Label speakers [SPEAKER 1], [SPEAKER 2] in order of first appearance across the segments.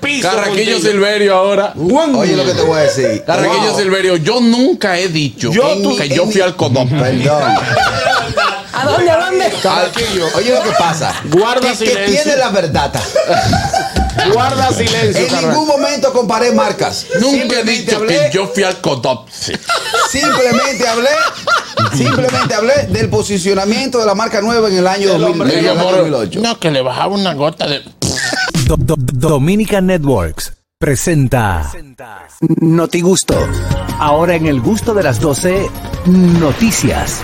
[SPEAKER 1] piso.
[SPEAKER 2] Carraquillo
[SPEAKER 1] contigo.
[SPEAKER 2] Silverio ahora.
[SPEAKER 1] Juan.
[SPEAKER 3] Oye lo que te voy a decir.
[SPEAKER 2] Carraquillo Silverio, yo nunca he dicho
[SPEAKER 1] Yo
[SPEAKER 2] que
[SPEAKER 1] tú-
[SPEAKER 2] yo fui al codón.
[SPEAKER 3] Perdón.
[SPEAKER 4] ¿A dónde, a dónde?
[SPEAKER 3] Carraquillo, oye lo que pasa.
[SPEAKER 1] Guarda
[SPEAKER 3] que, que
[SPEAKER 1] silencio.
[SPEAKER 3] tiene la verdad.
[SPEAKER 1] Guarda silencio,
[SPEAKER 3] En
[SPEAKER 1] Carraquillo.
[SPEAKER 3] ningún momento comparé marcas.
[SPEAKER 2] Nunca he
[SPEAKER 3] Simplemente
[SPEAKER 2] dicho
[SPEAKER 3] hablé-
[SPEAKER 2] que yo fui al codón.
[SPEAKER 3] Simplemente hablé, simplemente hablé del posicionamiento de la marca nueva en el año
[SPEAKER 1] Del hombre.
[SPEAKER 3] 2009, 2008.
[SPEAKER 2] No, que le bajaba una gota de.
[SPEAKER 5] Do- do- Dominica Networks presenta Noti Gusto. Ahora en el gusto de las 12, noticias.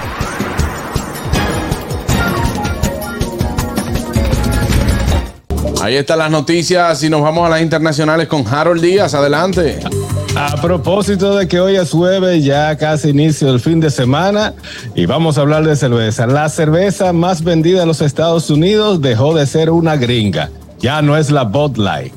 [SPEAKER 2] Ahí están las noticias y nos vamos a las internacionales con Harold Díaz. Adelante.
[SPEAKER 6] A propósito de que hoy es jueves, ya casi inicio del fin de semana y vamos a hablar de cerveza. La cerveza más vendida en los Estados Unidos dejó de ser una gringa, ya no es la Bud Light.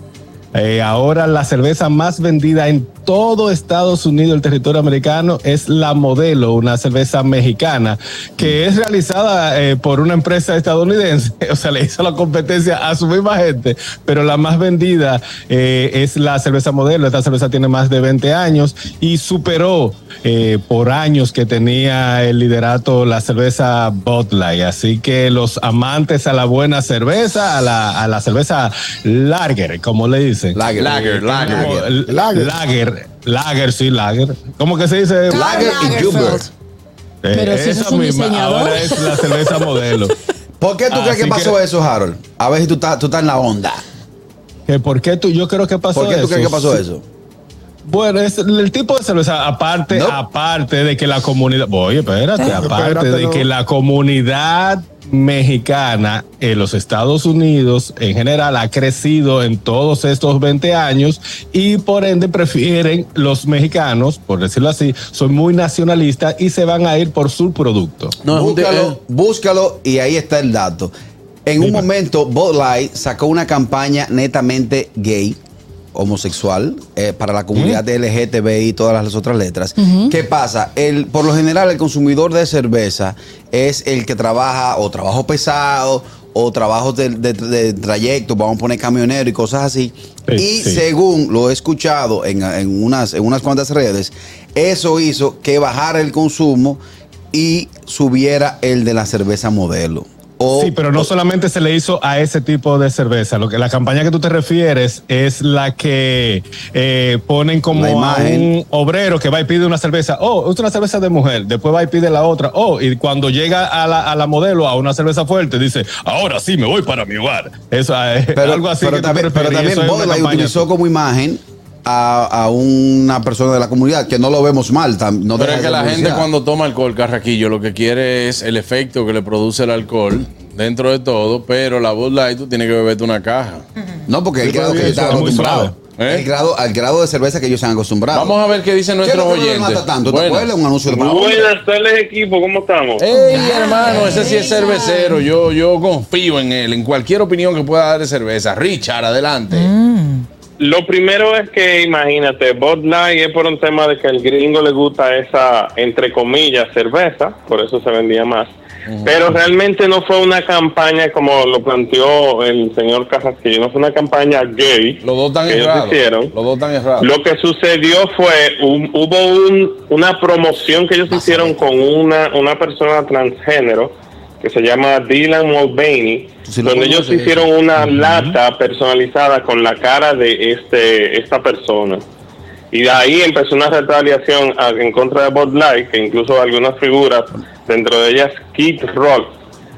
[SPEAKER 6] Eh, ahora la cerveza más vendida en todo Estados Unidos, el territorio americano, es la Modelo, una cerveza mexicana que es realizada eh, por una empresa estadounidense. O sea, le hizo la competencia a su misma gente, pero la más vendida eh, es la cerveza Modelo. Esta cerveza tiene más de 20 años y superó eh, por años que tenía el liderato la cerveza Bud Light. Así que los amantes a la buena cerveza, a la, a la cerveza Lager, como le dicen.
[SPEAKER 3] Lager,
[SPEAKER 2] Lager, lager.
[SPEAKER 6] Como el-
[SPEAKER 3] Lager.
[SPEAKER 6] Lager. Lager. sí, lager. ¿Cómo que se dice?
[SPEAKER 3] Lager y Juber.
[SPEAKER 6] Eh,
[SPEAKER 4] Pero si eso
[SPEAKER 6] esa
[SPEAKER 4] es un
[SPEAKER 6] misma.
[SPEAKER 4] diseñador.
[SPEAKER 6] Ahora es la cerveza modelo.
[SPEAKER 3] ¿Por qué tú
[SPEAKER 6] Así
[SPEAKER 3] crees que pasó
[SPEAKER 6] que-
[SPEAKER 3] eso, Harold? A ver si tú estás, tú estás en la onda.
[SPEAKER 6] ¿Que ¿Por qué tú? Yo creo que pasó
[SPEAKER 3] ¿Por qué tú crees que pasó eso?
[SPEAKER 6] Bueno, es el tipo de cerveza, aparte,
[SPEAKER 3] No.
[SPEAKER 6] aparte de que la comunidad, oye, espérate, aparte
[SPEAKER 1] Eh. Espérate,
[SPEAKER 6] de
[SPEAKER 1] no.
[SPEAKER 6] que la comunidad mexicana en los Estados Unidos en general ha crecido en todos estos 20 años y por ende prefieren los mexicanos, por decirlo así, son muy nacionalistas y se van a ir por su producto.
[SPEAKER 2] No, es un de-
[SPEAKER 3] búscalo, búscalo y ahí está el dato. En un momento, Bud Light sacó una campaña netamente gay, homosexual, eh, para la comunidad LGTBI y todas las otras letras. ¿Qué pasa? El, por lo general, el consumidor de cerveza es el que trabaja o trabajo pesado o trabajos de, de- de trayecto, vamos a poner camionero y cosas así.
[SPEAKER 6] Sí,
[SPEAKER 3] y
[SPEAKER 6] sí.
[SPEAKER 3] según lo he escuchado en, en unas, en unas cuantas redes, eso hizo que bajara el consumo y subiera el de la cerveza modelo. O-
[SPEAKER 6] Sí, pero no solamente se le hizo a ese tipo de cerveza. Lo que la campaña que tú te refieres es la que eh, ponen como
[SPEAKER 3] La
[SPEAKER 6] a
[SPEAKER 3] imagen.
[SPEAKER 6] un obrero que va y pide una cerveza. Oh, es una cerveza de mujer. Después va y pide la otra. Oh, y cuando llega a la, a la modelo a una cerveza fuerte dice, ahora sí me voy para mi hogar. Eso eh,
[SPEAKER 3] pero,
[SPEAKER 6] algo así.
[SPEAKER 3] pero
[SPEAKER 6] que tú te
[SPEAKER 3] también, pero
[SPEAKER 6] refieres.
[SPEAKER 3] también
[SPEAKER 6] Eso es
[SPEAKER 3] Bud
[SPEAKER 6] una
[SPEAKER 3] Light
[SPEAKER 6] campaña.
[SPEAKER 3] utilizó como imagen a, a una persona de la comunidad que no lo vemos mal. tam- no deja
[SPEAKER 2] Pero
[SPEAKER 3] de
[SPEAKER 2] es que
[SPEAKER 3] ser
[SPEAKER 2] la gente
[SPEAKER 3] publicidad.
[SPEAKER 2] cuando toma alcohol, Carraquillo, lo que quiere es el efecto que le produce el alcohol dentro de todo, pero la Bud Light tú tienes que beberte una caja.
[SPEAKER 3] No, porque el
[SPEAKER 6] Sí,
[SPEAKER 3] grado
[SPEAKER 6] pero
[SPEAKER 3] que
[SPEAKER 6] eso
[SPEAKER 3] está
[SPEAKER 6] es muy
[SPEAKER 3] acostumbrado.
[SPEAKER 2] suave, ¿eh?
[SPEAKER 3] El grado, al grado de cerveza que ellos se han acostumbrado.
[SPEAKER 2] Vamos a ver qué dicen nuestros
[SPEAKER 3] ¿Qué es lo que no le
[SPEAKER 2] oyentes.
[SPEAKER 3] mata tanto? ¿Te
[SPEAKER 2] Buenas.
[SPEAKER 3] acuerdas? Un anuncio de Paola.
[SPEAKER 7] Buenas tardes, equipo. ¿Cómo estamos?
[SPEAKER 2] Ey, hermano, ese sí es cervecero. Yo, yo confío en él, en cualquier opinión que pueda dar de cerveza. Richard, adelante.
[SPEAKER 7] Lo primero es que, imagínate, Bud Light es por un tema de que al gringo le gusta esa, entre comillas, cerveza, por eso se vendía más. Pero realmente no fue una campaña como lo planteó el señor Carrasquillo, no fue una campaña gay.
[SPEAKER 2] Los dos tan
[SPEAKER 7] que ellos
[SPEAKER 2] errados.
[SPEAKER 7] hicieron.
[SPEAKER 2] Los dos tan errados.
[SPEAKER 7] Lo que sucedió fue, un- hubo un- una promoción que ellos hicieron con una, una persona transgénero que se llama Dylan Mulvaney,
[SPEAKER 3] Sí, lo
[SPEAKER 7] donde
[SPEAKER 3] conozco,
[SPEAKER 7] ellos
[SPEAKER 3] sí.
[SPEAKER 7] hicieron una lata personalizada con la cara de este esta persona. Y de ahí empezó una retaliación a- en contra de Bud Light, que incluso algunas figuras, dentro de ellas Kid Rock,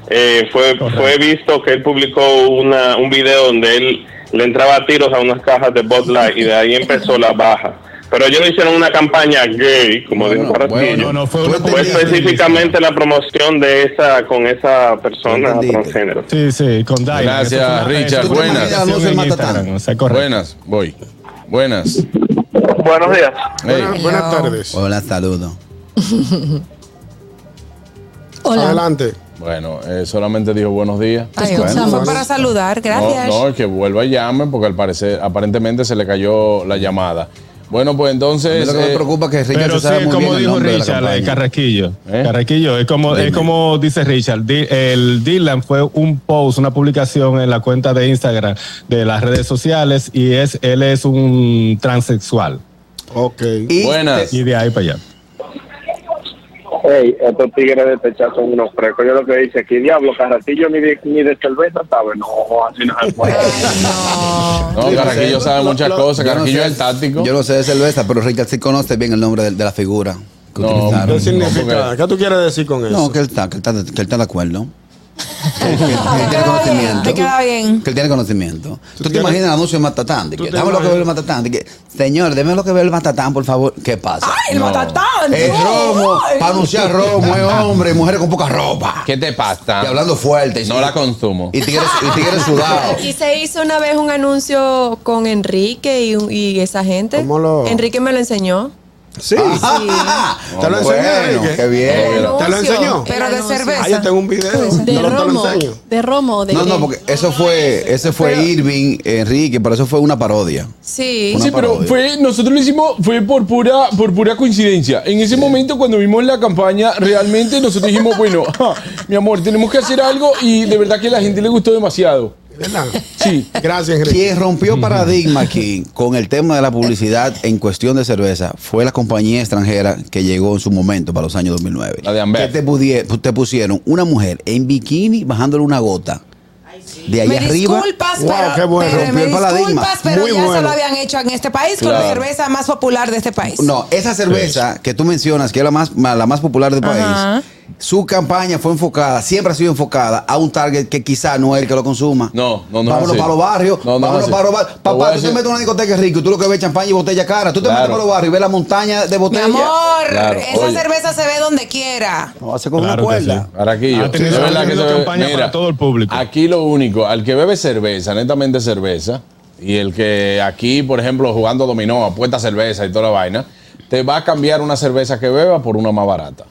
[SPEAKER 7] eh, fue, fue visto que él publicó una, un video donde él le entraba a tiros a unas cajas de Bud Light y de ahí empezó la baja. Pero ellos hicieron una campaña gay, como
[SPEAKER 2] Bueno,
[SPEAKER 7] dijo Carrasquillo.
[SPEAKER 6] No, no, fue
[SPEAKER 3] Tú
[SPEAKER 6] una
[SPEAKER 7] Fue
[SPEAKER 3] entendiste.
[SPEAKER 6] publicidad.
[SPEAKER 7] específicamente la promoción de esa con esa persona
[SPEAKER 3] Entendiste.
[SPEAKER 7] transgénero.
[SPEAKER 6] Sí, sí, con Dylan.
[SPEAKER 2] Gracias,
[SPEAKER 6] Eso fue una-
[SPEAKER 2] Richard.
[SPEAKER 6] eso fue una
[SPEAKER 2] Buenas.
[SPEAKER 6] publicación
[SPEAKER 3] No se
[SPEAKER 6] en
[SPEAKER 3] mata
[SPEAKER 6] Instagram,
[SPEAKER 3] tanto.
[SPEAKER 6] o sea, correcto.
[SPEAKER 2] Buenas, voy. Buenas. Ey.
[SPEAKER 7] Buenos días.
[SPEAKER 1] Buena- Buenas
[SPEAKER 4] Hello.
[SPEAKER 1] tardes.
[SPEAKER 3] Hola, saludos.
[SPEAKER 4] Hola.
[SPEAKER 1] Adelante.
[SPEAKER 2] Bueno, eh, solamente dijo buenos días.
[SPEAKER 4] Ay,
[SPEAKER 2] Bueno.
[SPEAKER 4] o sea, fue para saludar,
[SPEAKER 2] No,
[SPEAKER 4] gracias.
[SPEAKER 2] no, que vuelva y llame porque al parecer, aparentemente se le cayó la llamada. Bueno, pues entonces.
[SPEAKER 3] lo que me
[SPEAKER 2] eh,
[SPEAKER 3] preocupa es que Richard
[SPEAKER 6] Pero
[SPEAKER 3] se
[SPEAKER 6] sí,
[SPEAKER 3] sabe muy
[SPEAKER 6] como
[SPEAKER 3] bien el
[SPEAKER 6] dijo
[SPEAKER 3] nombre de la
[SPEAKER 6] Richard,
[SPEAKER 3] campaña.
[SPEAKER 6] eh, Carraquillo.
[SPEAKER 2] ¿Eh?
[SPEAKER 6] Carraquillo, es como, es como dice Richard, Di- el Dylan fue un post, una publicación en la cuenta de Instagram de las redes sociales y es él es un transexual.
[SPEAKER 1] Ok.
[SPEAKER 3] Y
[SPEAKER 2] Buenas.
[SPEAKER 3] te-
[SPEAKER 6] Y de ahí para allá.
[SPEAKER 7] Ey, estos tigres de Texas son unos frescos. Yo lo que dice aquí, diablo, carretillo ni de, ni de cerveza, ¿sabes? No, así no se puede.
[SPEAKER 4] No.
[SPEAKER 2] No,
[SPEAKER 1] Sí,
[SPEAKER 2] Carraquillo
[SPEAKER 1] lo sé.
[SPEAKER 2] sabe
[SPEAKER 1] Lo-
[SPEAKER 2] muchas
[SPEAKER 1] lo-
[SPEAKER 3] yo
[SPEAKER 2] cosas.
[SPEAKER 3] no
[SPEAKER 2] Carraquillo
[SPEAKER 3] sé-
[SPEAKER 2] es el táctico.
[SPEAKER 3] Yo no sé de cerveza, pero Richard sí conoce bien el nombre de, de la figura que
[SPEAKER 2] No,
[SPEAKER 3] utilizaron.
[SPEAKER 1] ¿Qué
[SPEAKER 2] no,
[SPEAKER 1] significa?
[SPEAKER 2] porque-
[SPEAKER 1] ¿Qué tú quieres decir con eso?
[SPEAKER 3] No, que él está, que él está, que él está de acuerdo. Que él- que él tiene conocimiento.
[SPEAKER 4] Te queda bien.
[SPEAKER 3] Que él tiene conocimiento. ¿Tú, te
[SPEAKER 1] tienes-
[SPEAKER 3] imaginas el anuncio de Matatán? De que,
[SPEAKER 1] tú te
[SPEAKER 3] dame lo que
[SPEAKER 1] imaginas-
[SPEAKER 3] veo el Matatán. de que, señor, deme lo que veo el Matatán, por favor. ¿Qué pasa?
[SPEAKER 4] ¡Ay, el
[SPEAKER 2] No.
[SPEAKER 4] matatán!
[SPEAKER 1] Eh,
[SPEAKER 3] Es
[SPEAKER 4] no,
[SPEAKER 3] romo,
[SPEAKER 4] ay.
[SPEAKER 3] para anunciar romo, es hombre, mujeres con poca ropa.
[SPEAKER 2] ¿Qué te pasa?
[SPEAKER 3] Y hablando fuerte. y-
[SPEAKER 2] No la consumo.
[SPEAKER 3] Y tigres, y tigres
[SPEAKER 1] ah.
[SPEAKER 3] sudados.
[SPEAKER 8] Aquí se hizo una vez un anuncio con Enrique y, y esa gente.
[SPEAKER 1] ¿Cómo lo-
[SPEAKER 8] Enrique me lo enseñó.
[SPEAKER 1] Sí. Te lo enseñé,
[SPEAKER 3] Ah, bueno,
[SPEAKER 1] Enrique.
[SPEAKER 3] qué bien.
[SPEAKER 1] Eh, ¿Te lo
[SPEAKER 8] Anuncio.
[SPEAKER 1] enseñó?
[SPEAKER 4] Pero
[SPEAKER 8] El
[SPEAKER 4] de
[SPEAKER 8] anuncio.
[SPEAKER 4] cerveza.
[SPEAKER 1] Ah, yo tengo un video. Te
[SPEAKER 8] Pues, De
[SPEAKER 1] lo, te
[SPEAKER 8] romo.
[SPEAKER 1] lo enseño.
[SPEAKER 8] De romo. De
[SPEAKER 3] No, no,
[SPEAKER 8] qué?
[SPEAKER 3] porque eso fue, ese fue Irving, Enrique, pero eso fue una parodia.
[SPEAKER 8] Sí.
[SPEAKER 3] Una
[SPEAKER 2] Sí, pero
[SPEAKER 3] parodia.
[SPEAKER 2] fue, nosotros lo hicimos, fue por pura, por pura coincidencia. En ese momento, cuando vimos la campaña, realmente nosotros dijimos, bueno, ja, mi amor, tenemos que hacer algo y de verdad que a la gente le gustó demasiado.
[SPEAKER 1] ¿Verdad?
[SPEAKER 2] Sí.
[SPEAKER 1] Gracias, Enrique.
[SPEAKER 3] Quien rompió paradigma aquí con el tema de la publicidad en cuestión de cerveza fue la compañía extranjera que llegó en su momento para los años 2009.
[SPEAKER 2] La de Ambev.
[SPEAKER 3] Que te, pudie- te pusieron una mujer en bikini bajándole una gota de allá
[SPEAKER 4] Me
[SPEAKER 3] arriba.
[SPEAKER 4] disculpas,
[SPEAKER 1] Wow,
[SPEAKER 4] pero,
[SPEAKER 1] qué bueno,
[SPEAKER 4] pero
[SPEAKER 3] rompió
[SPEAKER 4] me
[SPEAKER 3] el paradigma.
[SPEAKER 4] disculpas, pero
[SPEAKER 1] Muy
[SPEAKER 4] ya
[SPEAKER 1] bueno.
[SPEAKER 4] se lo habían hecho en este país con la
[SPEAKER 2] Claro.
[SPEAKER 4] cerveza más popular de este país.
[SPEAKER 3] No, esa cerveza que tú mencionas, que es la más, ma- la más popular del país,
[SPEAKER 8] Ajá.
[SPEAKER 3] su campaña fue enfocada, siempre ha sido enfocada a un target que quizá no es el que lo consuma.
[SPEAKER 2] No, no, no es
[SPEAKER 3] Vámonos
[SPEAKER 2] así.
[SPEAKER 3] para los barrios.
[SPEAKER 2] No, no es
[SPEAKER 3] vámonos
[SPEAKER 2] así.
[SPEAKER 3] para los barrios.
[SPEAKER 2] Te voy a
[SPEAKER 3] Papá, tú te
[SPEAKER 2] decir-
[SPEAKER 3] metes en una discoteca rico y tú lo que ves es champaña y botella cara. Tú te metes
[SPEAKER 2] Claro.
[SPEAKER 3] para los barrios y ves la montaña de
[SPEAKER 4] Mi
[SPEAKER 3] botellas.
[SPEAKER 4] amor,
[SPEAKER 2] Claro,
[SPEAKER 4] esa
[SPEAKER 2] oye.
[SPEAKER 4] cerveza se ve donde quiera.
[SPEAKER 3] No, hace con
[SPEAKER 6] Claro
[SPEAKER 3] una
[SPEAKER 6] que
[SPEAKER 3] cuerda.
[SPEAKER 6] sí.
[SPEAKER 2] Carraquillo,
[SPEAKER 6] Ha tenido-
[SPEAKER 2] de verdad
[SPEAKER 6] ha
[SPEAKER 2] que
[SPEAKER 6] tenido
[SPEAKER 2] se bebe-
[SPEAKER 6] campaña para todo el público.
[SPEAKER 2] Aquí lo único, al que bebe cerveza, netamente cerveza, y el que aquí, por ejemplo, jugando dominó, apuesta cerveza y toda la vaina, te va a cambiar una cerveza que beba por una más barata.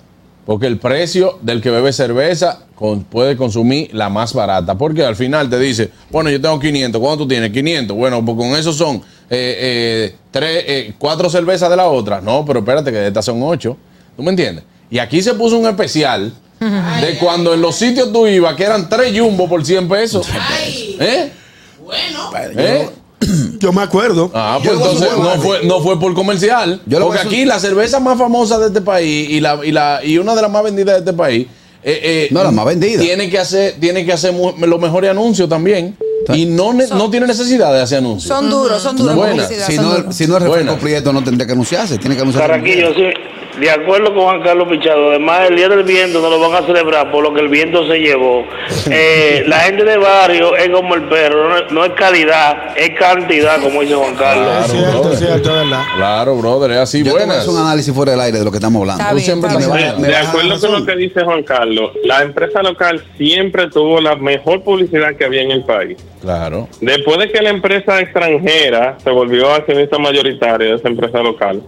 [SPEAKER 2] Porque el precio del que bebe cerveza con- puede consumir la más barata. Porque al final te dice, bueno, yo tengo 500, ¿cuánto tú tienes? 500. Bueno, pues con eso son eh, eh, tres, eh, cuatro cervezas de la otra. No, pero espérate que de estas son ocho. ¿Tú me entiendes? Y aquí se puso un especial de cuando en los sitios tú ibas, que eran tres jumbo por 100 pesos. ¿Eh? ¿Eh?
[SPEAKER 1] Yo me acuerdo.
[SPEAKER 2] Ah,
[SPEAKER 3] Yo
[SPEAKER 2] pues
[SPEAKER 3] le voy a
[SPEAKER 2] entonces
[SPEAKER 3] sumar,
[SPEAKER 2] no
[SPEAKER 3] Manny.
[SPEAKER 2] fue, no fue por comercial.
[SPEAKER 3] Yo le voy
[SPEAKER 2] porque
[SPEAKER 3] a su-
[SPEAKER 2] aquí la cerveza más famosa de este país y, la, y, la, y una de las más vendidas de este país. eh, eh,
[SPEAKER 3] No, la más vendida.
[SPEAKER 2] Tiene que hacer, tiene que hacer mu- los mejores anuncios también. Y no, ne- no tiene necesidad de hacer anuncios.
[SPEAKER 4] Son duros, son duros.
[SPEAKER 2] Buena.
[SPEAKER 4] publicidad,
[SPEAKER 3] Si
[SPEAKER 4] son
[SPEAKER 3] no,
[SPEAKER 4] duros.
[SPEAKER 3] si no es refresco
[SPEAKER 2] Buena.
[SPEAKER 3] prieto, no tendría que anunciarse. Tiene que anunciarse.
[SPEAKER 9] Carraquillo, sí, de acuerdo con Juan Carlos Pichado, además el Día del Viento no lo van a celebrar por lo que el viento se llevó. Eh, la gente de barrio es como el perro, no, no es calidad, es cantidad, como dice Juan Carlos.
[SPEAKER 1] es
[SPEAKER 2] Claro,
[SPEAKER 1] cierto,
[SPEAKER 2] brother.
[SPEAKER 1] es cierto, ¿verdad?
[SPEAKER 2] Claro, brother, es así.
[SPEAKER 3] Yo tengo que
[SPEAKER 2] Buenas.
[SPEAKER 3] hacer un análisis fuera del aire de lo que estamos hablando.
[SPEAKER 4] Está
[SPEAKER 2] Tú
[SPEAKER 4] bien,
[SPEAKER 2] siempre
[SPEAKER 4] está
[SPEAKER 2] estás
[SPEAKER 4] bien.
[SPEAKER 2] buena.
[SPEAKER 3] Me
[SPEAKER 7] De
[SPEAKER 3] vas a dar
[SPEAKER 7] acuerdo con
[SPEAKER 3] razón.
[SPEAKER 7] lo que dice Juan Carlos, la empresa local siempre tuvo la mejor publicidad que había en el país.
[SPEAKER 2] Claro.
[SPEAKER 7] Después de que la empresa extranjera se volvió accionista mayoritaria de esa empresa local,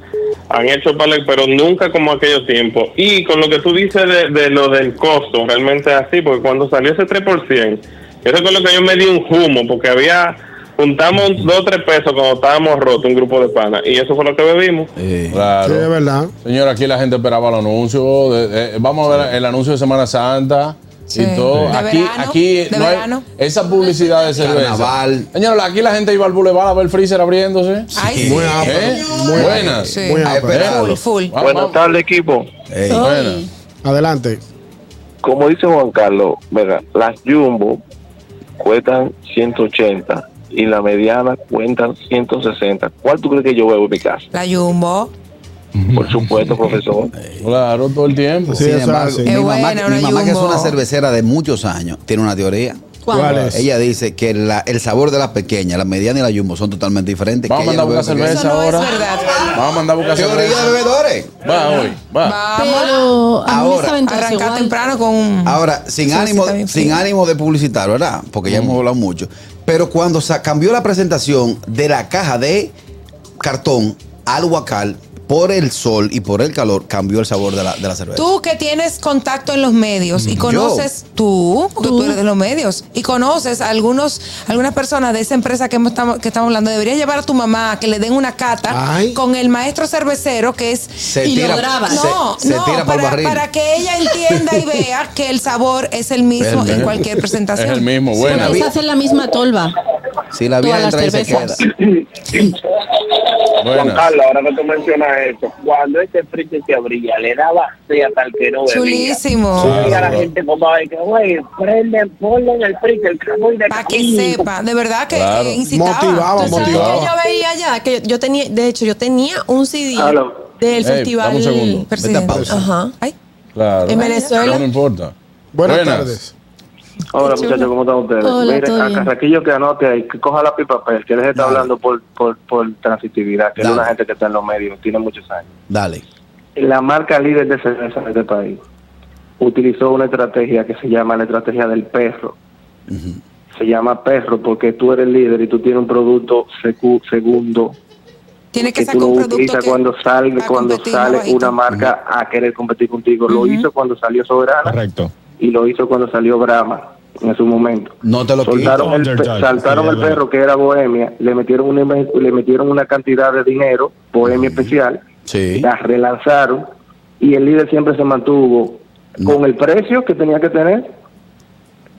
[SPEAKER 7] han hecho palec, pero nunca como aquellos tiempos. Y con lo que tú dices de, de lo del costo, realmente es así, porque cuando salió ese 3%, yo recuerdo que yo me di un humo, porque había, juntamos dos o tres pesos cuando estábamos rotos, un grupo de panas, y eso fue lo que bebimos.
[SPEAKER 1] Sí, es
[SPEAKER 2] Claro.
[SPEAKER 1] verdad.
[SPEAKER 2] Señora, aquí la gente esperaba el anuncio. de- eh, vamos a ver el anuncio de Semana Santa.
[SPEAKER 4] Sí.
[SPEAKER 2] Y todo.
[SPEAKER 4] De
[SPEAKER 2] aquí,
[SPEAKER 4] verano,
[SPEAKER 2] aquí
[SPEAKER 4] de
[SPEAKER 2] no hay-
[SPEAKER 4] verano.
[SPEAKER 2] esa publicidad de cerveza.
[SPEAKER 3] Carnaval.
[SPEAKER 2] Señora, aquí la gente iba al bulevar a ver el freezer abriéndose.
[SPEAKER 4] Ay, sí.
[SPEAKER 1] Muy apto.
[SPEAKER 2] ¿Eh?
[SPEAKER 1] Muy
[SPEAKER 2] Buenas.
[SPEAKER 4] Sí.
[SPEAKER 1] Muy
[SPEAKER 3] Ay,
[SPEAKER 1] apto.
[SPEAKER 3] espera.
[SPEAKER 4] Full, full.
[SPEAKER 2] Vamos,
[SPEAKER 9] Buenas
[SPEAKER 2] vamos.
[SPEAKER 9] tardes, equipo.
[SPEAKER 3] Ey.
[SPEAKER 2] Buenas.
[SPEAKER 1] Adelante.
[SPEAKER 9] Como dice Juan Carlos, mira, las Jumbo cuestan 180 y la mediana cuentan 160. ¿Cuál tú crees que yo bebo en mi casa?
[SPEAKER 4] La Jumbo.
[SPEAKER 9] Por supuesto, profesor.
[SPEAKER 2] Claro, todo el tiempo.
[SPEAKER 1] Sí,
[SPEAKER 3] Sin
[SPEAKER 1] eso
[SPEAKER 3] embargo,
[SPEAKER 1] es
[SPEAKER 3] mi
[SPEAKER 1] así.
[SPEAKER 4] Es
[SPEAKER 3] mamá,
[SPEAKER 4] buena,
[SPEAKER 3] mi
[SPEAKER 4] una
[SPEAKER 3] mamá que es
[SPEAKER 4] Jumbo.
[SPEAKER 3] una cervecera de muchos años, tiene una teoría.
[SPEAKER 1] ¿Cuál es?
[SPEAKER 3] Ella dice que la- el sabor de las pequeñas, la mediana y la jumbo son totalmente diferentes.
[SPEAKER 2] Vamos a
[SPEAKER 3] que ella
[SPEAKER 2] mandar a buscar
[SPEAKER 3] no bebe
[SPEAKER 2] cerveza
[SPEAKER 4] Eso no es
[SPEAKER 2] ahora.
[SPEAKER 4] verdad.
[SPEAKER 2] Vamos a mandar a buscar
[SPEAKER 3] pequeña. Teoría de
[SPEAKER 2] cerveza.
[SPEAKER 3] bebedores.
[SPEAKER 2] Va hoy. Va.
[SPEAKER 4] Vamos.
[SPEAKER 10] Ah. Pero a mí me
[SPEAKER 3] Ahora,
[SPEAKER 10] saben todas
[SPEAKER 4] Arrancar
[SPEAKER 10] igual.
[SPEAKER 4] temprano con un.
[SPEAKER 3] Ahora, sin
[SPEAKER 4] Mm. Sí,
[SPEAKER 3] ánimo,
[SPEAKER 4] sí, está bien
[SPEAKER 3] sin
[SPEAKER 4] frío.
[SPEAKER 3] ánimo de publicitar, ¿verdad? Porque
[SPEAKER 1] Mm.
[SPEAKER 3] ya hemos hablado mucho. Pero cuando se cambió la presentación de la caja de cartón al huacal, por el sol y por el calor cambió el sabor de la, de la cerveza.
[SPEAKER 4] Tú que tienes contacto en los medios y conoces tú, porque tú eres de los medios, y conoces a algunos, algunas personas de esa empresa que, hemos- estamos, que estamos hablando, deberías llevar a tu mamá a que le den una cata
[SPEAKER 1] Ay.
[SPEAKER 4] con el maestro cervecero que es...
[SPEAKER 3] Se
[SPEAKER 10] Y lo
[SPEAKER 3] tira,
[SPEAKER 10] grabas.
[SPEAKER 3] se-
[SPEAKER 4] no,
[SPEAKER 3] se
[SPEAKER 4] no,
[SPEAKER 3] tira por
[SPEAKER 4] para,
[SPEAKER 3] barril.
[SPEAKER 4] para que ella entienda y vea que el sabor es el
[SPEAKER 3] Es el
[SPEAKER 4] mismo en
[SPEAKER 3] mismo.
[SPEAKER 4] cualquier
[SPEAKER 2] Es
[SPEAKER 4] presentación.
[SPEAKER 2] el mismo, bueno.
[SPEAKER 10] Porque se hacen la misma tolva.
[SPEAKER 3] Si la vieja
[SPEAKER 10] Todas las
[SPEAKER 3] entra y se queda.
[SPEAKER 10] cervezas.
[SPEAKER 2] Buenas.
[SPEAKER 9] Juan Carlos, ahora que tú mencionas eso, cuando ese friki se abría, le daba sed hasta el que no bebía.
[SPEAKER 4] Chulísimo.
[SPEAKER 9] Y a la gente como, ay, que güey, prenden, ponle en el friki el carbón de
[SPEAKER 4] Para que
[SPEAKER 9] aquí".
[SPEAKER 4] sepa, de verdad que
[SPEAKER 2] Claro.
[SPEAKER 4] eh, incitaba.
[SPEAKER 1] Motivaba,
[SPEAKER 3] Oh,
[SPEAKER 8] ¿Tú sabes que
[SPEAKER 1] motivaba.
[SPEAKER 8] yo veía ya? Que yo, yo tenía, de hecho, yo tenía un CD
[SPEAKER 1] Ah,
[SPEAKER 9] Aló.
[SPEAKER 8] del
[SPEAKER 2] Ey, dame un segundo.
[SPEAKER 8] festival.
[SPEAKER 4] Presidente.
[SPEAKER 3] Vete a pausa.
[SPEAKER 8] Ajá.
[SPEAKER 4] Ay,
[SPEAKER 2] Claro.
[SPEAKER 8] En Venezuela.
[SPEAKER 2] Pero No importa.
[SPEAKER 1] Buenas, tardes.
[SPEAKER 9] Hola, muchachos, ¿cómo están ustedes?
[SPEAKER 10] Hola,
[SPEAKER 9] Mire,
[SPEAKER 10] todo
[SPEAKER 9] a
[SPEAKER 10] bien.
[SPEAKER 9] Carraquillo que anote ahí, que coja la pipa papel, que él está hablando por, por, por transitividad, que es
[SPEAKER 3] Dale.
[SPEAKER 9] una gente que está en los medios, tiene muchos años.
[SPEAKER 3] Dale.
[SPEAKER 9] la marca líder de cerveza de este país utilizó una estrategia que se llama la estrategia del perro. Se llama perro porque tú eres líder y tú tienes un producto secu- segundo
[SPEAKER 4] tiene que
[SPEAKER 9] que tú
[SPEAKER 4] sacar
[SPEAKER 9] lo
[SPEAKER 4] un producto
[SPEAKER 9] utilizas
[SPEAKER 4] que
[SPEAKER 9] cuando sale,
[SPEAKER 4] va a
[SPEAKER 9] cuando
[SPEAKER 4] competir más
[SPEAKER 9] sale
[SPEAKER 4] bajito.
[SPEAKER 9] una marca a querer competir contigo. Lo hizo cuando salió Soberana
[SPEAKER 6] Correcto.
[SPEAKER 9] y lo hizo cuando salió Brahma en su momento.
[SPEAKER 3] No te lo quito.
[SPEAKER 9] Soltaron el, pe-
[SPEAKER 6] Underdog,
[SPEAKER 9] saltaron
[SPEAKER 6] sí,
[SPEAKER 9] el
[SPEAKER 6] es verdad.
[SPEAKER 9] perro que era Bohemia, le metieron una, inve- le metieron una cantidad de dinero, Bohemia especial,
[SPEAKER 3] Sí.
[SPEAKER 9] las relanzaron y el líder siempre se mantuvo con el precio que tenía que tener,